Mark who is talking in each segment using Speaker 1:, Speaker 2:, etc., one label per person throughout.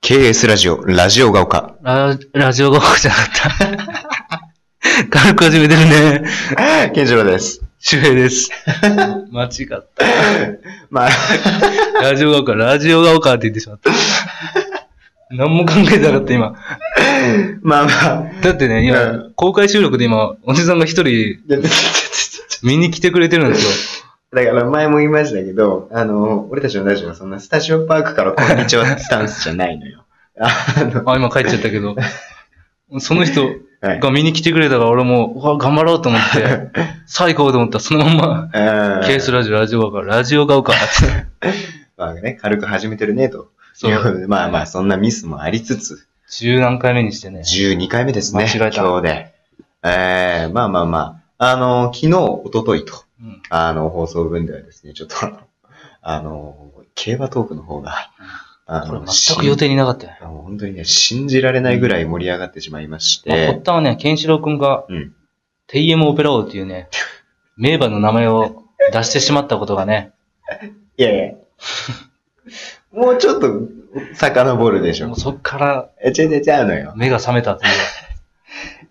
Speaker 1: KS ラジオ、ラジオが丘。
Speaker 2: ララジオがじゃなかった。軽く始めてるね。
Speaker 1: 健次郎です。
Speaker 2: 周平です。間違った。
Speaker 1: まあ、
Speaker 2: ラジオが丘、ラジオが丘って言ってしまった。何も考えてなかった、今。
Speaker 1: まあまあ。
Speaker 2: だってね、
Speaker 1: う
Speaker 2: 今、公開収録で今、おじさんが一人
Speaker 1: いや
Speaker 2: 見に来てくれてるんですよ。
Speaker 1: だから前も言いましたけど、あの、俺たちのラジオはそんなスタジオパークからこんにちはスタンスじゃないのよ。 あの、
Speaker 2: あ、今帰っちゃったけど。その人
Speaker 1: はい。
Speaker 2: が見に来てくれたから、俺も、うわ、頑張ろうと 思って、最高と思ったら、そのまんま、
Speaker 1: あー
Speaker 2: ケースラジオ、ラジオが丘、ラジオが丘って。
Speaker 1: まあね、軽く始めてるね、と。
Speaker 2: そ
Speaker 1: いうこと
Speaker 2: う。
Speaker 1: で、まあまあ、そんなミスもありつつ、
Speaker 2: 十何回目にしてね。
Speaker 1: 12回目ですね、
Speaker 2: 間違えた
Speaker 1: 今日で。えー、まあまあまあ、あの、昨日、一昨日と、
Speaker 2: うん
Speaker 1: あの、放送分ではですね、ちょっと、あの、競馬トークの方が、あ
Speaker 2: これ全く予定になかったよね。
Speaker 1: あの本当にね、信じられないぐらい盛り上がってしまいまし
Speaker 2: まあ、発
Speaker 1: て、
Speaker 2: 端はね、ケンシロウ君が、
Speaker 1: うん。
Speaker 2: TM オペラ王っていうね、名馬の名前を出してしまったことがね、
Speaker 1: いやい や、もうちょっと遡るでし
Speaker 2: も
Speaker 1: ょ
Speaker 2: う。そっから
Speaker 1: え、ちゃうちゃうちゃうのよ。
Speaker 2: 目が覚めたという。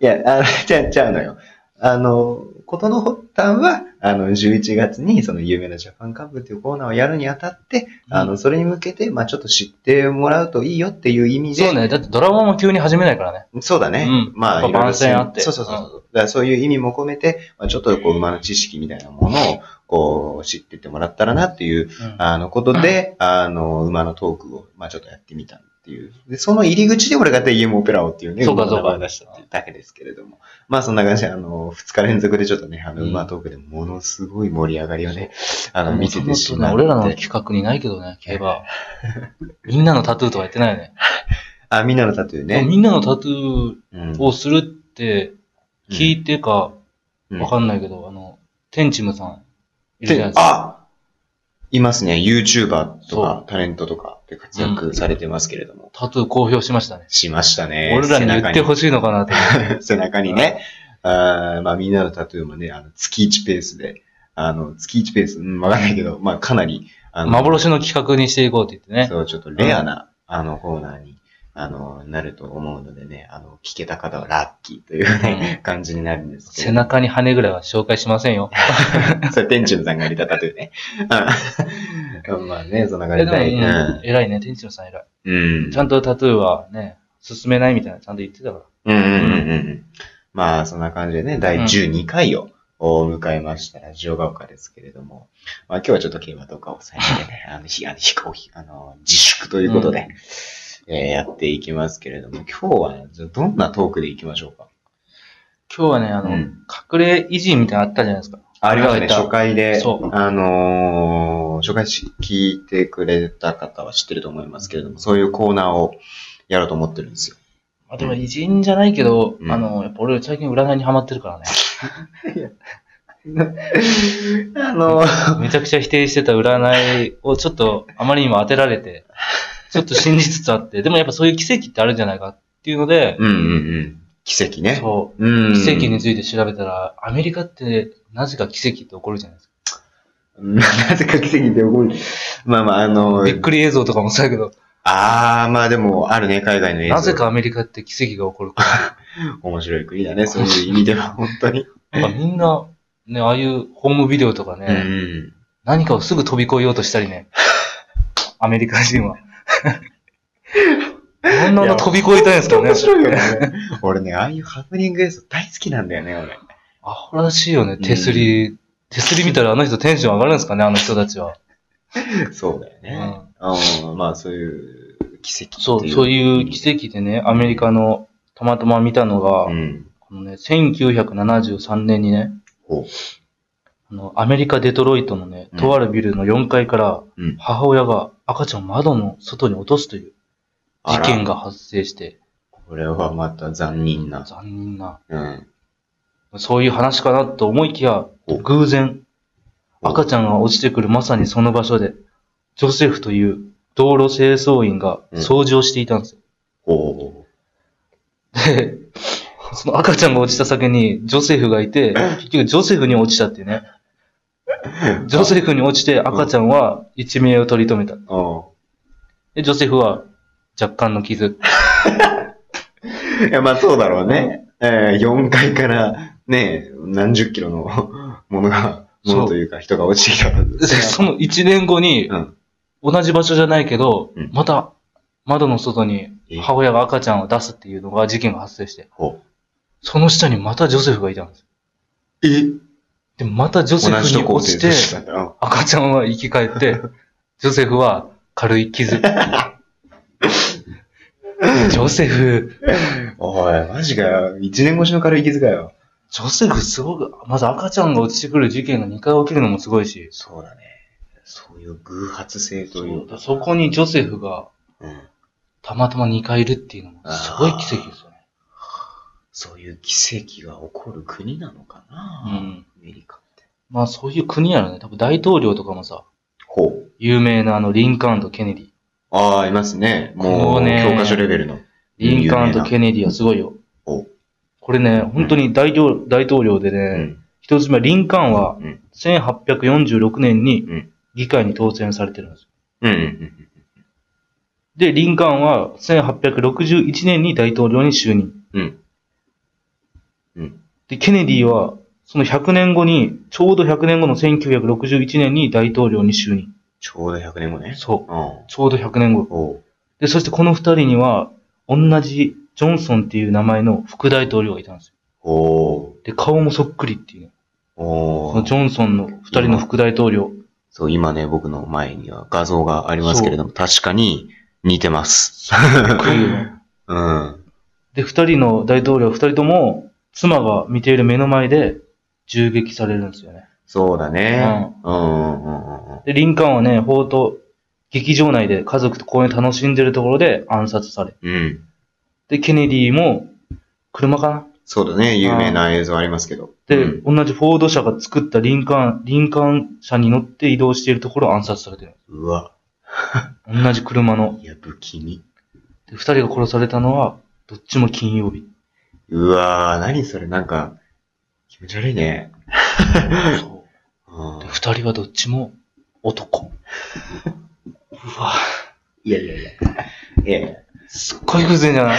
Speaker 1: いや、あの、 ちゃうちゃうのよ。あの、ことの発端は、あの、11月に、その、有名なジャパンカップっていうコーナーをやるにあたって、
Speaker 2: うん
Speaker 1: あの、それに向けて、まあちょっと知ってもらうといいよっていう意味で、
Speaker 2: そうね、だってドラマも急に始めないからね。
Speaker 1: そうだね。
Speaker 2: うん
Speaker 1: まあ、
Speaker 2: やっぱ番宣
Speaker 1: いろいろ
Speaker 2: あって
Speaker 1: そうそうそうそう。だからそういう意味も込めて、まあ、ちょっとこう、馬の知識みたいなものを、こう、知ってってもらったらなっていう、
Speaker 2: うん
Speaker 1: あの、ことで、あの、馬のトークを、まあちょっとやってみたっていう。で、その入り口で俺が DM オペラをっていうね、
Speaker 2: そうか
Speaker 1: 馬の名前
Speaker 2: そうか
Speaker 1: を出したっていうだけですけれども。まあそんな感じで、あの、2日連続でちょっとね、あの、
Speaker 2: うん
Speaker 1: 馬トークでものすごい盛り上がりをね、あの、
Speaker 2: も
Speaker 1: 見
Speaker 2: と
Speaker 1: せ
Speaker 2: もと
Speaker 1: てしまって。
Speaker 2: ね、俺らの企画にないけどね、競 馬。みんなのタトゥーとかやってないよね。
Speaker 1: あ、みんなのタトゥーね。
Speaker 2: みんなのタトゥ
Speaker 1: うん
Speaker 2: ーをするって聞いてか
Speaker 1: うん
Speaker 2: わかんないけど、あの、テンチムさんいるじゃないですか。
Speaker 1: あいますね。YouTuber と
Speaker 2: そ
Speaker 1: か、タレントとかで活躍されてますけれども。
Speaker 2: タトゥー公表しましたね。
Speaker 1: しましたね。
Speaker 2: 俺らに言ってほ
Speaker 1: し
Speaker 2: しいの かなって。
Speaker 1: い。背中にね。あーまあ、みんなのタトゥーもね、あの月1ペースで、あの、月1ペース、うん、わかんないけど、まあ、かなり、あの、
Speaker 2: 幻の企画にしていこうって言ってね。
Speaker 1: そう、ちょっとレアな、あの、コーナーに、あの、なると思うのでね、あの、聞けた方はラッキーというね、 感じになるんですけど。
Speaker 2: 背中に羽ぐらいは紹介しませんよ。
Speaker 1: それ、天柱さんが入れたタトゥーね。うん まあね、そんな感
Speaker 2: え
Speaker 1: じ
Speaker 2: で
Speaker 1: で
Speaker 2: も、う
Speaker 1: ね。
Speaker 2: ん、偉いね、天地のさん偉い。
Speaker 1: うん。うん
Speaker 2: ちゃんとタトゥーはね、進めないみたいな、ちゃんと言ってたから。
Speaker 1: うんうんうんうん。まあ、そんな感じでね、第
Speaker 2: うん
Speaker 1: 12回をお迎えました、ラジオが丘ですけれども、まあ今日はちょっと競馬とかを抑えてね、あの、ひ あの飛行機、あの、自粛ということで、えーやっていきますけれども、今日はね、じゃあどんなトークでいきましょうか。
Speaker 2: 今日はね、あの、
Speaker 1: うん
Speaker 2: 隠れ偉人みたいなのあったじゃないですか。
Speaker 1: あります
Speaker 2: あり
Speaker 1: ね、
Speaker 2: がとう
Speaker 1: 初回で
Speaker 2: そ、う
Speaker 1: あのー初回し聞いてくれた方は知ってると思いますけれども、そういうコーナーをやろうと思ってるんですよ。
Speaker 2: まあ、でも偉人じゃないけど、
Speaker 1: うん
Speaker 2: あの、やっぱ俺最近占いにハマってるか らね。
Speaker 1: あのー
Speaker 2: めちゃくちゃ否定してた占いをちょっとあまりにも当てられて、ちょっと信じつつあって、でもやっぱそういう奇跡ってあるんじゃないかっていうので、
Speaker 1: うんうんうん。奇跡ね。
Speaker 2: そう。
Speaker 1: うん
Speaker 2: 奇跡について調べたら、アメリカってなぜか奇跡って起こるじゃないですか。
Speaker 1: うんなぜか奇跡って怒る。まあまあ、あの、
Speaker 2: びっくり映像とかもそうやけど、
Speaker 1: ああ、まあでも、あるね、海外の映像。
Speaker 2: なぜかアメリカって奇跡が起こるか
Speaker 1: 面白い国だね、そういう意味で は、本当に。
Speaker 2: ら。なんかみんな、ね、ああいうホームビデオとかね、
Speaker 1: うん。
Speaker 2: 何かをすぐ飛び越えようとしたり ね、アメリカ人 は。こんなの飛び越えたいんですかね
Speaker 1: 面。白いよね。 俺ね、ああいうハプニング映像大好きなんだよね、俺。
Speaker 2: アホらしいよね、手すり。手すり見たらあの人テンション上がるんですかね、あの人たちは。
Speaker 1: そうだよね。うん、まあ、そういう奇跡
Speaker 2: そう、そういう奇跡でね、アメリカの、たまたま見たのが、
Speaker 1: うん。
Speaker 2: このね、1973年にね、
Speaker 1: ほう。
Speaker 2: あの、アメリカ・デトロイトのね、とあるビルの4階から
Speaker 1: うん、
Speaker 2: 母親が赤ちゃんを窓の外に落とすという
Speaker 1: あ
Speaker 2: 事
Speaker 1: ら
Speaker 2: 件。が発生して、
Speaker 1: これはまた残忍な。
Speaker 2: 残忍な、
Speaker 1: うん。
Speaker 2: そういう話かなと思いきや、
Speaker 1: ほう
Speaker 2: 偶然、
Speaker 1: ほう
Speaker 2: 赤ちゃんが落ちてくるまさにその場所で、ジョセフという道路清掃員が
Speaker 1: うん
Speaker 2: 掃除をしていたんですよ。
Speaker 1: ほ
Speaker 2: で、その赤ちゃんが落ちた先にジョセフが いて、結局ジョセフに落ちたっていうね。
Speaker 1: う。
Speaker 2: ジョセフに落ちて赤ちゃんは一命を取り留めた。
Speaker 1: うん。
Speaker 2: で、ジョセフは、若干の傷。
Speaker 1: いや、まあそうだろうね。えー、4階からね、何十キロの ものが、ものというか人が落ちてきたはず。
Speaker 2: その1年後に
Speaker 1: う、ん。
Speaker 2: 同じ場所じゃないけど、
Speaker 1: うん
Speaker 2: また窓の外に母親が赤ちゃんを出すっていうのが事件が発生して、
Speaker 1: ほ
Speaker 2: その下にまたジョセフがいたんですよ。
Speaker 1: う。え
Speaker 2: で、またジョセフ
Speaker 1: 同じと
Speaker 2: に
Speaker 1: こ
Speaker 2: 落ち
Speaker 1: で
Speaker 2: て、
Speaker 1: たんだな。
Speaker 2: 赤ちゃんは生き返 って、ジョセフは軽い傷。ジョセフ、
Speaker 1: おい、マジかよ。1年越しの軽い気遣いよ。
Speaker 2: ジョセフすごく、まず赤ちゃんが落ちてくる事件が2回起きるのもすごいし、
Speaker 1: そうだね。そういう偶発性という
Speaker 2: そ
Speaker 1: か。
Speaker 2: そこにジョセフが
Speaker 1: うん。
Speaker 2: たまたま2回いるっていうのもすごい奇跡ですよね。
Speaker 1: そういう奇跡が起こる国なのかな
Speaker 2: う。ん。
Speaker 1: アメリカって。
Speaker 2: まあそういう国やろね。多分大統領とかもさ、
Speaker 1: ほう。
Speaker 2: 有名なあのリンカーンとケネディ。
Speaker 1: ああ、いますね。
Speaker 2: こ
Speaker 1: も
Speaker 2: う
Speaker 1: う、
Speaker 2: ね
Speaker 1: 教科書レベルの。
Speaker 2: リンカーン
Speaker 1: 有名
Speaker 2: と
Speaker 1: な
Speaker 2: ケネディはすごいよ
Speaker 1: お。
Speaker 2: これね、本当に大統大統領でね、
Speaker 1: うん。
Speaker 2: 一つ目、リンカーンは
Speaker 1: うん
Speaker 2: 1846年
Speaker 1: う
Speaker 2: に
Speaker 1: ん
Speaker 2: 議会に当選されてるんですよ。
Speaker 1: うんうんうん。
Speaker 2: で、リンカーンは1861年に大統領に就任。
Speaker 1: うん。うん。
Speaker 2: で、ケネディはその100年後に、ちょうど100年後の1961年に大統領に就任。
Speaker 1: ちょうど100年後ね。
Speaker 2: そう。
Speaker 1: うん。お
Speaker 2: ちょうど100年後。
Speaker 1: う。
Speaker 2: で、そしてこの二人には、同じジョンソンっていう名前の副大統領がいたんですよ。
Speaker 1: お
Speaker 2: で、顔もそっくりっていうね。
Speaker 1: う。お
Speaker 2: この
Speaker 1: う
Speaker 2: ジ。ョンソンの二人の副大統領。
Speaker 1: そう、今ね、僕の前には画像がありますけれども、確かに似てます。
Speaker 2: というね
Speaker 1: うん。
Speaker 2: で、二人の大統領、二人とも、妻が見ている目の前で銃撃されるんですよね。
Speaker 1: そうだね。うん。うんうんうんうん。
Speaker 2: で、リンカーンはね、法と劇場内で家族と公演楽しんでるところで暗殺され。
Speaker 1: うん。
Speaker 2: で、ケネディも、車かな
Speaker 1: そうだね。有名な映像ありますけど。
Speaker 2: で、
Speaker 1: うん
Speaker 2: 同じフォード社が作ったリンカーン、リンカーン車に乗って移動しているところを暗殺されてる。
Speaker 1: うわ。
Speaker 2: 同じ車の。
Speaker 1: いや、不気味。
Speaker 2: で、二人が殺されたのは、どっちも金曜日。
Speaker 1: うわー、何それ、なんか、気持ち悪いね。
Speaker 2: そう。
Speaker 1: うん
Speaker 2: で二人はどっちも男。うわ
Speaker 1: いやいやいや。いやいや。
Speaker 2: すっごい偶然じゃない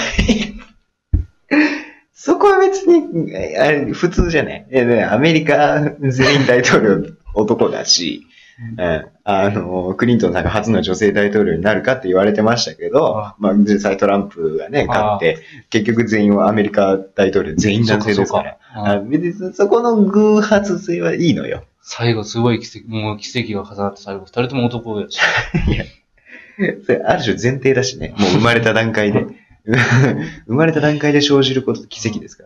Speaker 1: そこは別に、えあれ、普通じゃない。いやねアメリカ全員大統領男だし、うん、あの、クリントンさんが初の女性大統領になるかって言われてましたけど、
Speaker 2: あ
Speaker 1: まあ、実際トランプがね、勝って、結局全員はアメリカ大統領全員男性ですから。
Speaker 2: そうかそうか
Speaker 1: あ別にそこの偶発性はいいのよ。
Speaker 2: 最後すごい奇跡、もう奇跡が重なって最後二人とも男で。
Speaker 1: それある種前提だしね。もう生まれた段階で。 生まれた段階で生じることって奇跡ですか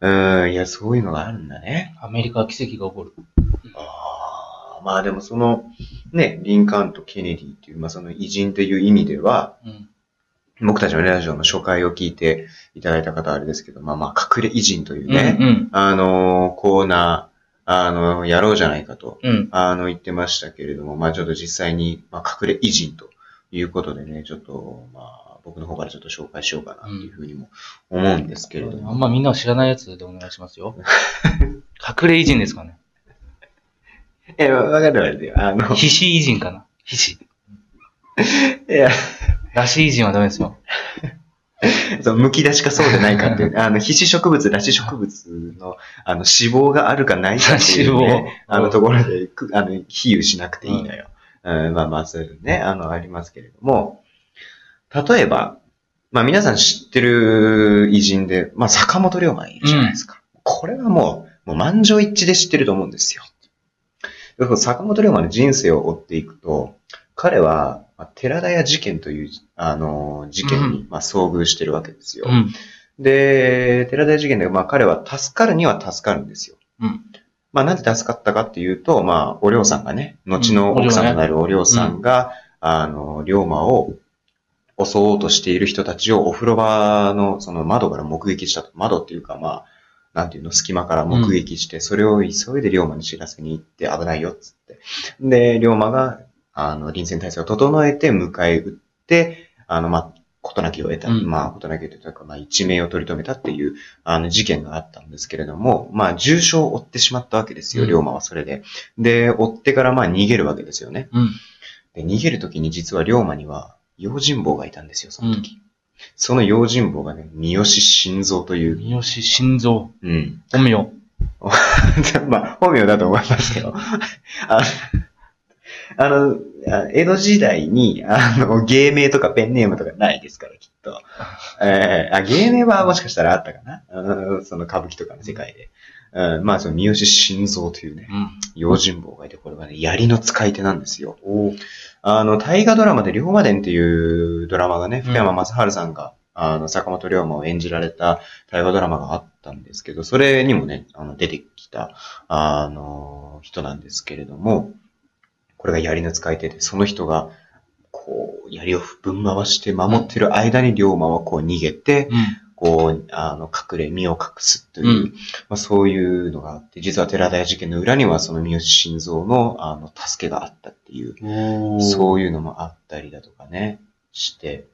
Speaker 1: らね。うん、いや、そういうのがあるんだね。
Speaker 2: アメリカは奇跡が起こる。
Speaker 1: あーまあでもその、ね、リンカーンとケネディっていう、まあその偉人という意味では、
Speaker 2: うん。
Speaker 1: 僕たちのラジオの初回を聞いていただいた方はあれですけど、まあまあ隠れ偉人というね、
Speaker 2: うん
Speaker 1: あのーコーナー、あのーやろうじゃないかと、
Speaker 2: うん。うん。
Speaker 1: あの、言ってましたけれども、まあちょっと実際に、まあ隠れ偉人ということでね、ちょっと、まあ僕の方からちょっと紹介しようかなっていうふうにも思うんですけれども。
Speaker 2: あんまみんなは知らないやつでお願いし ますよ。隠れ偉人ですかね。
Speaker 1: え、わわかるわかる。あ の、
Speaker 2: 非死偉人かな。非死。
Speaker 1: いや、
Speaker 2: らしい偉人はダメですよ。
Speaker 1: そのむき出しかそうでないかっていう、 あの、皮脂植物、裸子植物の、あの、脂肪があるかないかっていう、
Speaker 2: 脂肪
Speaker 1: ね、あのところで、くあの、比喩しなくていいのよ。うん、まあまあ、そういうね、あの、ありますけれども、例えば、まあ皆さん知ってる偉人で、まあ坂本龍馬いるじゃないですか。これはもう、もう満場一致で知ってると思うんですよ。でも坂本龍馬の人生を追っていくと、彼は、まあ寺田屋事件という、あの、事件に、まあ遭遇してるわけですよ。
Speaker 2: うん。
Speaker 1: で、寺田屋事件で、まあ彼は助かるには助かるんですよ。
Speaker 2: うん。
Speaker 1: まあなんで助かったかっていうと、まあお涼さんがね、後の奥さんとなるお涼さんが、あの、龍馬を襲おうとしている人たちをお風呂場のその窓から目撃したと。窓っていうかまあ、なんていうの、隙間から目撃して、それを急いで龍馬に知らせに行って危ないよっつって。で、龍馬が、あの、臨戦態勢を整えて迎え撃って、あの、まあ、ことなきを得た、
Speaker 2: うん
Speaker 1: まあ、ことなきを得たというか、まあ、一命を取り留めたっていう、あの、事件があったんですけれども、まあ、重傷を負ってしまったわけですよ、
Speaker 2: うん
Speaker 1: 龍馬はそれで。で、追ってから、まあ、逃げるわけですよね。
Speaker 2: うん。
Speaker 1: で、逃げるときに実は龍馬には、用心棒がいたんですよ、その時。
Speaker 2: う
Speaker 1: その用心棒がね、三好晋三という。
Speaker 2: 三好心臓。
Speaker 1: うん。
Speaker 2: 本名。
Speaker 1: まあ、本名だと思いますけど。 あの、あのあ江戸時代に、あの、芸名とかペンネームとかないですから、きっと。えーあ芸名はもしかしたらあったかな。うんその歌舞伎とかの世界で。うん、まあ、その三好晋三というね、
Speaker 2: うん。
Speaker 1: 用心棒がいて、これがね、槍の使い手なんですよ。あの、大河ドラマで龍馬伝っていうドラマがね、
Speaker 2: うん
Speaker 1: 福山雅治さんが、あの、坂本龍馬を演じられた大河ドラマがあったんですけど、それにもね、あの、出てきた、あの、人なんですけれども、これが槍の使い手で、その人が、こう、槍をぶん回して守ってる間に龍馬はこう逃げて、
Speaker 2: うん。
Speaker 1: こう、あの、隠れ、身を隠すという、
Speaker 2: うん
Speaker 1: まあ、そういうのがあって、実は寺田屋事件の裏には、その三好晋三の、あの、助けがあったっていう、
Speaker 2: おう。
Speaker 1: そういうのもあったりだとかね、して、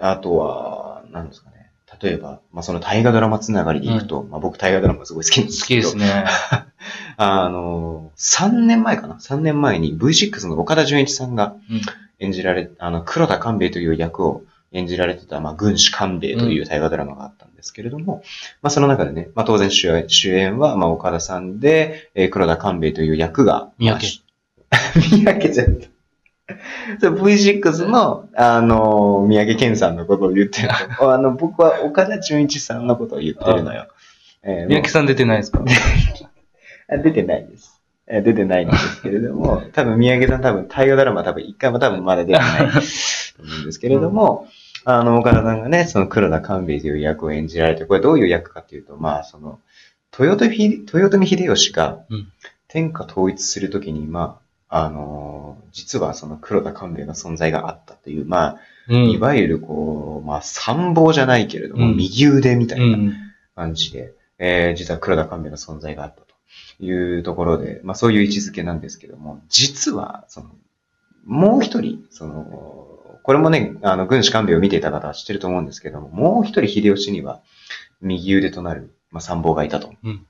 Speaker 1: あとは、なんですかね、例えば、まあ、その大河ドラマつながりでいくと、まあ、僕大河ドラマすごい好きなんで
Speaker 2: 好
Speaker 1: す
Speaker 2: き
Speaker 1: け
Speaker 2: で
Speaker 1: ど、
Speaker 2: すね。
Speaker 1: あの、3年前かな ?3 年前に V6 の岡田准一さんが
Speaker 2: うん
Speaker 1: 演じられ、あの、黒田官兵衛という役を演じられてた、まあ、軍師官兵衛という大河ドラマがあったんですけれども、まあ、その中でね、まあ、当然主演主演は、まあ、岡田さんで、えー黒田官兵衛という役が、
Speaker 2: 三
Speaker 1: ま
Speaker 2: 宅
Speaker 1: あ。し 三宅ちゃんと。そう V6 の、あの、三宅健さんのことを言ってる の。あの、僕は岡田准一さんのことを言ってるのよ。えー
Speaker 2: 三宅さん出てないですか
Speaker 1: あ出てないです。え出てないんですけれども、多分宮城さん多分大河ドラマ多分一回も多分まだ出てないと思うんですけれども、あの、岡田さんがね、その黒田官兵衛という役を演じられて、これどういう役かというと、まあ、その、豊臣秀豊臣秀吉が
Speaker 2: うん
Speaker 1: 天下統一するときに、まあ、あのー実はその黒田官兵衛の存在があったという、ま
Speaker 2: う
Speaker 1: あ、
Speaker 2: ん。
Speaker 1: いわゆるこう、まあ、参謀じゃないけれども、
Speaker 2: うん
Speaker 1: 右腕みたいうな、
Speaker 2: ん。
Speaker 1: 感じで、えー実は黒田官兵衛の存在があったというところで、まあそういう位置づけなんですけども、実は、その、もう一人、その、これもね、あの、軍師官兵衛を見ていた方は知ってると思うんですけども、もう一人秀吉には、右腕となる、まあ、参謀がいたと。
Speaker 2: うん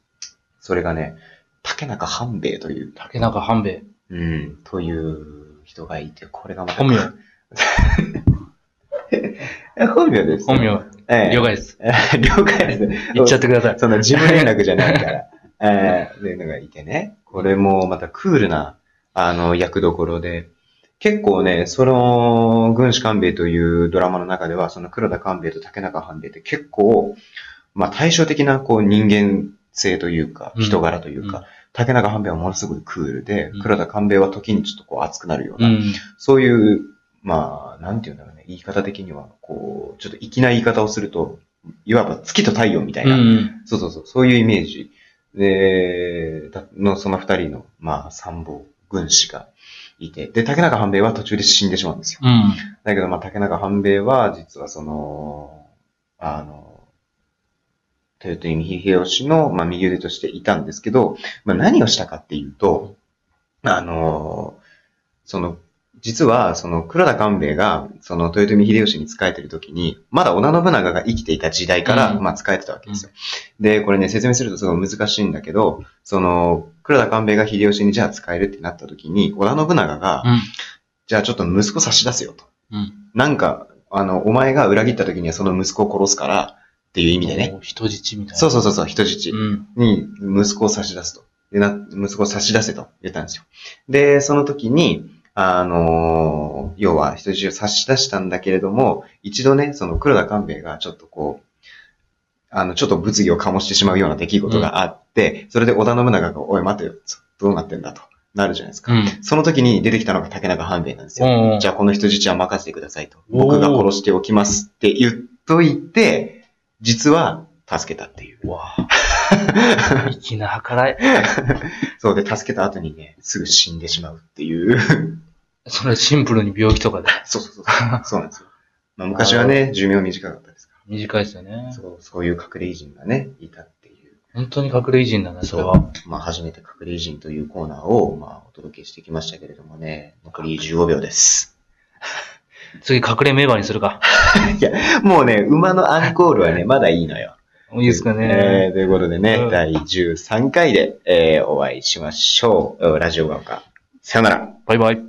Speaker 1: それがね、竹中半兵衛という、
Speaker 2: 竹中半兵衛。
Speaker 1: うん、という人がいて、これがまた。
Speaker 2: 本名。
Speaker 1: え 本名です。
Speaker 2: 本。名。
Speaker 1: ええ
Speaker 2: 了解です。
Speaker 1: 了解です。
Speaker 2: 言っちゃってください。
Speaker 1: そんな自分連絡じゃないから。 えー、っていうのがいてね。これもまたクールな、あの、役どころで。結構ね、その、軍師官兵衛というドラマの中では、その黒田官兵衛と竹中半兵衛って結構、まあ対照的なこう人間性というか、
Speaker 2: うん
Speaker 1: 人柄というか、
Speaker 2: うん
Speaker 1: 竹中半兵衛はものすごいクールで
Speaker 2: うん、
Speaker 1: 黒田官兵衛は時にちょっとこう熱くなるよう
Speaker 2: う
Speaker 1: な、
Speaker 2: ん。
Speaker 1: そういう、まあ、なんていうんだろうね、言い方的には、こう、ちょっと粋な言い方をすると、いわば月と太陽みたいうな、
Speaker 2: ん。
Speaker 1: そうそうそう、そういうイメージで、だの、その二人の、まあ、参謀、軍師がいて、で、竹中半兵衛は途中で死んでしまうんですよ。
Speaker 2: うん。
Speaker 1: だけど、まあ、竹中半兵衛は、実はその、あの、豊臣秀吉の、まあ、右腕としていたんですけど、まあ、何をしたかっていうと、あの、その、実は、その、黒田官兵衛が、その、豊臣秀吉に仕えてる時に、まだ織田信長が生きていた時代から、
Speaker 2: うん
Speaker 1: まあ、仕えてたわけですよ。で、これね、説明するとすごい難しいんだけど、その、黒田官兵衛が秀吉にじゃあ使えるってなった時に、織田信長が、
Speaker 2: うん。
Speaker 1: じゃあちょっと息子差し出せよと。
Speaker 2: うん
Speaker 1: なんか、あの、お前が裏切った時にはその息子を殺すからっていう意味でね。
Speaker 2: お。人質みたいな。
Speaker 1: そうそうそうそう、人質
Speaker 2: うん。
Speaker 1: に息子を差し出すと。でな息子を差し出せと言ったんですよ。で、その時に、あのー要は人質を差し出したんだけれども、一度ね、その黒田官兵衛がちょっとこう、あの、ちょっと物議を醸してしまうような出来事があって、それで織田信長が、おい待てよ、どうなってんだとなるじゃないですか。
Speaker 2: うん。
Speaker 1: その時に出てきたのが竹中半兵衛なんですよ。
Speaker 2: うんうん
Speaker 1: じゃあこの人質は任せてくださいと。
Speaker 2: おー
Speaker 1: 僕が殺しておきますって言っといて、実は助けたっていう。
Speaker 2: うわぁ。粋な計らい。
Speaker 1: そうで、助けた後にね、すぐ死んでしまうっていう。
Speaker 2: それはシンプルに病気とかで。
Speaker 1: そうそうそう。そうなんですよ。まあ、昔はね、寿命短かったですか
Speaker 2: 短いですよね
Speaker 1: ら。。そう、そういう隠れ偉人がね、いたっていう。
Speaker 2: 本当に隠れ偉人だね、それは。
Speaker 1: まあ、初めて隠れ偉人というコーナーを、まあ、お届けしてきましたけれどもね、残り15秒です。
Speaker 2: 次、隠れ名馬にするか。
Speaker 1: もうね、馬のアンコールはね、まだいいのよ。
Speaker 2: いいですかね。
Speaker 1: えーということでね、
Speaker 2: うん
Speaker 1: 第13回で、えーお会いしましょう。ラジオが丘。さよなら。
Speaker 2: バイバイ。